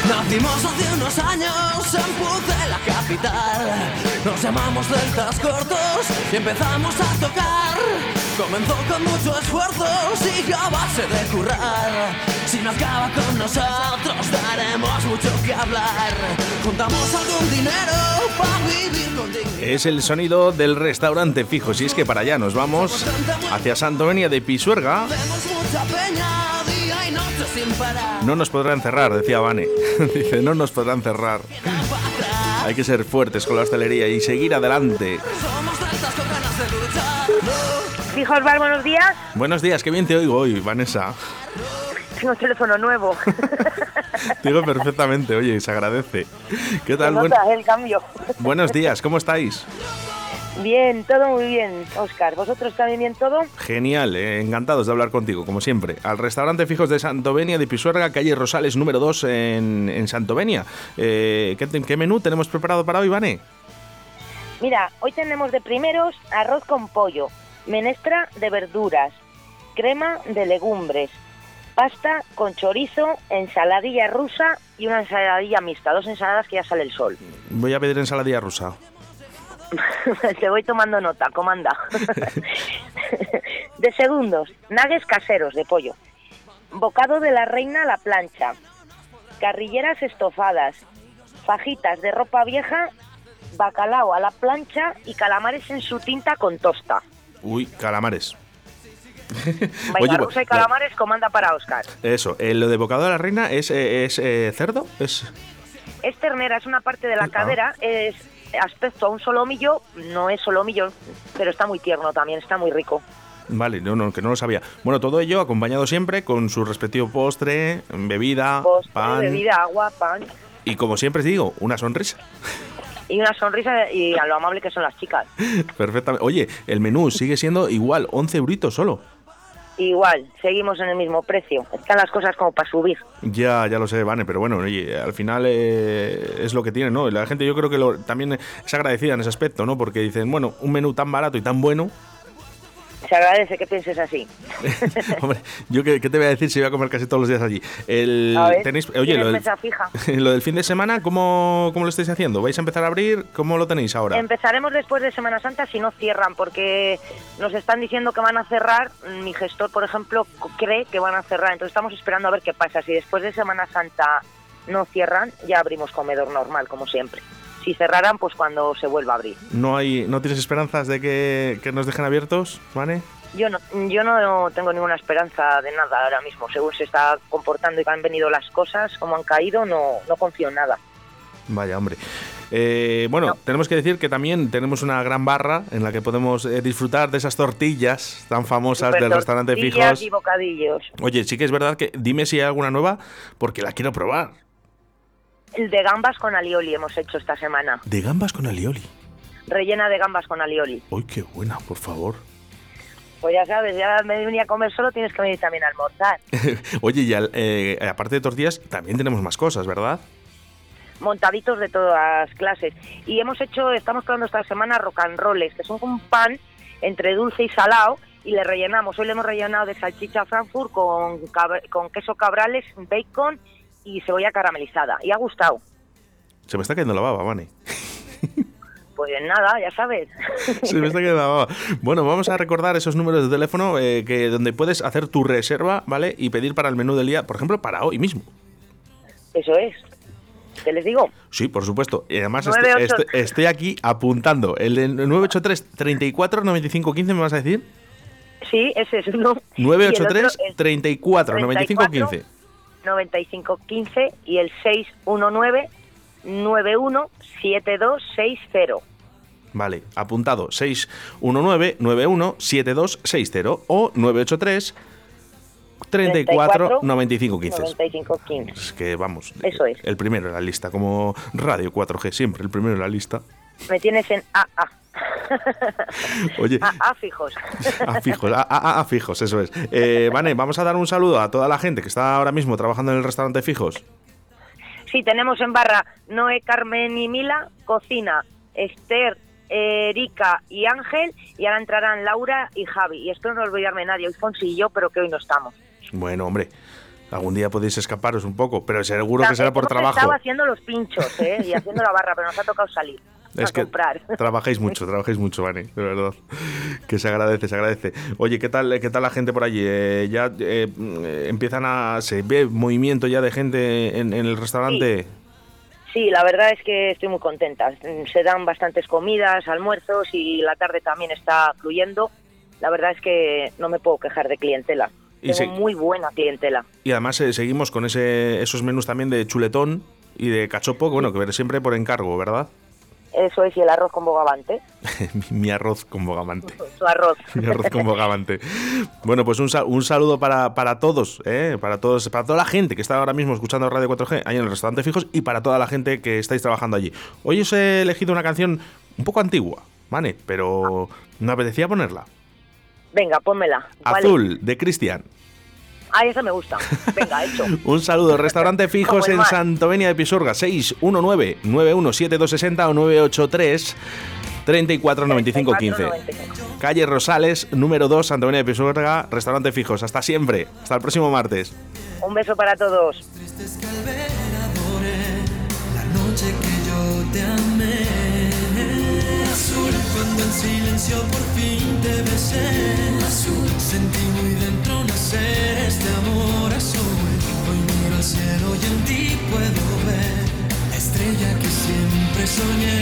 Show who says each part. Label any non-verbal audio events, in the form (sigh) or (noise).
Speaker 1: Compartimos hace unos años en Puz de la capital. Nos llamamos Deltas Cortos y empezamos a tocar. Comenzó con mucho esfuerzo, sigue a base de currar. Si no acaba con nosotros, daremos mucho que hablar. Juntamos algún dinero para vivir con dignidad.
Speaker 2: Es el sonido del restaurante fijo, si es que para allá nos vamos hacia Santovenia de Pisuerga.
Speaker 1: Vemos mucha peña día y noche sin parar.
Speaker 2: No nos podrán cerrar, decía Vane. (laughs) Dice, no nos podrán cerrar. Hay que ser fuertes con la hostelería y seguir adelante.
Speaker 1: Somos deltas con ganas de luchar.
Speaker 3: Dijo Osvaldo, buenos días.
Speaker 2: Buenos días, qué bien te oigo hoy, Vanessa.
Speaker 3: Tengo teléfono nuevo. (laughs)
Speaker 2: Te oigo perfectamente, oye, se agradece. ¿Qué
Speaker 3: Se
Speaker 2: tal? Buen-
Speaker 3: nota el cambio. (laughs)
Speaker 2: Buenos días, ¿cómo estáis?
Speaker 3: Bien, todo muy bien, Oscar. ¿Vosotros también bien todo?
Speaker 2: Genial, eh, encantados de hablar contigo, como siempre. Al restaurante Fijos de Santovenia de Pisuerga, calle Rosales número 2 en, en Santovenia. Eh, ¿qué, te- qué menú tenemos preparado para hoy, Vane?
Speaker 3: Mira, hoy tenemos de primeros arroz con pollo, menestra de verduras, crema de legumbres, pasta con chorizo, ensaladilla rusa y una ensaladilla mixta. Dos ensaladas que ya sale el sol.
Speaker 2: Voy a pedir ensaladilla rusa.
Speaker 3: (laughs) Te voy tomando nota, comanda. de segundos, nagues caseros de pollo. Bocado de la reina a la plancha. Carrilleras estofadas. Fajitas de ropa vieja. Bacalao a la plancha y calamares en su tinta con tosta.
Speaker 2: Uy, calamares.
Speaker 3: Vaina
Speaker 2: bu-
Speaker 3: rusa y
Speaker 2: pues,
Speaker 3: calamares, comanda para Oscar.
Speaker 2: Eso, eh, lo de bocado de la reina es, eh, es eh, cerdo, es
Speaker 3: Es ternera, Este es una parte de la
Speaker 2: Ah.
Speaker 3: cadera, es aspecto a un solomillo, no es solomillo, pero está muy tierno también, está muy rico.
Speaker 2: vale, no, no, que no lo sabía. Bueno, todo ello acompañado siempre con su respectivo postre, bebida,
Speaker 3: Postre,
Speaker 2: Ah, pan
Speaker 3: bebida, agua, pan.
Speaker 2: y como siempre digo, una sonrisa. (laughs)
Speaker 3: Y una sonrisa y a lo amable que son las chicas.
Speaker 2: Perfectamente. Oye, el menú sigue siendo igual, 11 euritos solo.
Speaker 3: Igual, seguimos en el mismo precio. Están las cosas como para subir.
Speaker 2: Ya, ya lo sé, Vane, pero bueno, oye, al final eh, es lo que tiene, ¿no? La gente yo creo que lo- también es agradecida en ese aspecto, ¿no? Porque dicen, bueno, un menú tan barato y tan bueno,
Speaker 3: Se agradece que pienses así. (laughs)
Speaker 2: Hombre, yo qué, qué te voy a decir si voy a comer casi todos los días allí. El,
Speaker 3: A ver,
Speaker 2: tenéis, oye,
Speaker 3: ¿tienes
Speaker 2: lo del,
Speaker 3: mesa fija?
Speaker 2: (laughs) lo del fin de semana, ¿cómo, ¿cómo lo estáis haciendo? ¿Vais a empezar a abrir? ¿Cómo lo tenéis ahora?
Speaker 3: Em- Empezaremos después de Semana Santa si no cierran, porque nos están diciendo que van a cerrar. Mi gestor, por ejemplo, co- cree que van a cerrar. Entonces estamos esperando a ver qué pasa. Si después de Semana Santa no cierran, ya abrimos comedor normal, como siempre. Si cerraran, pues cuando se vuelva a abrir.
Speaker 2: ¿No, hay, ¿No tienes esperanzas de que, que nos dejen abiertos, ¿vale?
Speaker 3: Yo no, yo no tengo ninguna esperanza de nada ahora mismo. Según se está comportando y que han venido las cosas, como han caído, no, no confío en nada.
Speaker 2: Vaya, hombre. Eh, bueno,
Speaker 3: No.
Speaker 2: tenemos que decir que también tenemos una gran barra en la que podemos eh, disfrutar de esas tortillas tan famosas del
Speaker 3: Super
Speaker 2: restaurante
Speaker 3: tortillas
Speaker 2: Fijos.
Speaker 3: y bocadillos.
Speaker 2: Oye, sí que es verdad que dime si hay alguna nueva, porque la quiero probar.
Speaker 3: El de gambas con alioli hemos hecho esta semana.
Speaker 2: De gambas con alioli.
Speaker 3: Rellena de gambas con alioli.
Speaker 2: ¡Uy, qué buena, por favor!
Speaker 3: Pues ya sabes, ya me venía a comer solo, tienes que venir también a almorzar.
Speaker 2: Oye, y al- eh, aparte de tortillas, también tenemos más cosas, ¿verdad?
Speaker 3: Montaditos de todas clases. Y hemos hecho, estamos probando esta semana rock and rolls, que son un pan entre dulce y salado, y le rellenamos. Hoy le hemos rellenado de salchicha Frankfurt con, cab- con queso cabrales, bacon y cebolla caramelizada. Y ha gustado.
Speaker 2: Se me está cayendo la baba, Vane.
Speaker 3: Pues nada, ya sabes.
Speaker 2: (laughs)
Speaker 3: (laughs)
Speaker 2: Se me está cayendo la baba. Bueno, vamos a recordar esos números de teléfono eh, que donde puedes hacer tu reserva, ¿vale? Y pedir para el menú del día, por ejemplo, para hoy mismo.
Speaker 3: Eso es. ¿Qué les digo?
Speaker 2: Sí, por supuesto. Y además
Speaker 3: Nueve,
Speaker 2: este-
Speaker 3: ocho.
Speaker 2: este- estoy aquí apuntando. El de 983 34 95 15 me vas a decir.
Speaker 3: Sí, ese es uno.
Speaker 2: 983
Speaker 3: Y el otro es
Speaker 2: 34 95 15.
Speaker 3: 9515 y el 619 917260.
Speaker 2: Vale, apuntado 619-91-7260 o 983 34 95 15.
Speaker 3: 9515.
Speaker 2: Es que vamos,
Speaker 3: Eso es.
Speaker 2: el primero en la lista, como Radio 4G, siempre el primero en la lista.
Speaker 3: Me tienes en
Speaker 2: (laughs)
Speaker 3: AA.
Speaker 2: Oye,
Speaker 3: AA fijos.
Speaker 2: (laughs) a fijos, a, a- a fijos, eso es. Eh, Vane, vamos a dar un saludo a toda la gente que está ahora mismo trabajando en el restaurante Fijos.
Speaker 3: Sí, tenemos en barra Noé, Carmen y Mila, Cocina, Esther, Erika y Ángel. Y ahora entrarán Laura y Javi. Y espero no olvidarme nadie, Alfonso y yo, pero que hoy no estamos.
Speaker 2: Bueno, hombre, Algún día podéis escaparos un poco, pero seguro que será por trabajo.
Speaker 3: Estaba haciendo los pinchos ¿eh? y haciendo la barra, pero nos ha tocado salir.
Speaker 2: Es
Speaker 3: a
Speaker 2: que
Speaker 3: comprar.
Speaker 2: trabajáis mucho, trabajáis mucho, Vani, de verdad. Que se agradece, se agradece. Oye, ¿qué tal, qué tal la gente por allí? Eh, ya eh, mm, empiezan a. ¿Se ve movimiento ya de gente en, en el restaurante?
Speaker 3: Sí, la verdad es que estoy muy contenta. Mm, Se dan bastantes comidas, almuerzos y la tarde también está fluyendo. La verdad es que no me puedo quejar de clientela.
Speaker 2: Y
Speaker 3: Tengo
Speaker 2: sí.
Speaker 3: muy buena clientela.
Speaker 2: Y además eh, seguimos con ese, esos menús también de chuletón y de cachopo, que, bueno, que ver siempre por encargo, ¿verdad? (laughs)
Speaker 3: Eso es, y el arroz con bogavante.
Speaker 2: Mi- Mi arroz con bogamante.
Speaker 3: Su arroz.
Speaker 2: (laughs) Mi arroz con bogavante. Bueno, pues un, sa- un saludo para, para todos, ¿eh? para todos, para toda la gente que está ahora mismo escuchando Radio 4G ahí en el restaurante fijos y para toda la gente que estáis trabajando allí. Hoy os he elegido una canción un poco antigua, ¿vale? Pero me apetecía ponerla.
Speaker 3: Venga, pónmela. ¿Cuál es?
Speaker 2: Azul, de Cristian.
Speaker 3: Ah, esa me gusta. Venga,
Speaker 2: (laughs)
Speaker 3: hecho.
Speaker 2: Un saludo, restaurante fijos
Speaker 3: Como el
Speaker 2: en
Speaker 3: mar.
Speaker 2: Santovenia de Pisorga, 619-917260 o 983 349515
Speaker 3: 4.95.
Speaker 2: Calle Rosales, número 2, Santovenia de Pisorga, restaurante fijos. Hasta siempre, hasta el próximo martes.
Speaker 3: Un beso para todos.
Speaker 4: Tristes que al ver adoré la noche que yo te amé. Azul, cuando en silencio por fin te besé. Azul, sentí muy dentro nacer este amor azul. Hoy miro al cielo y en ti puedo ver la estrella que siempre soñé.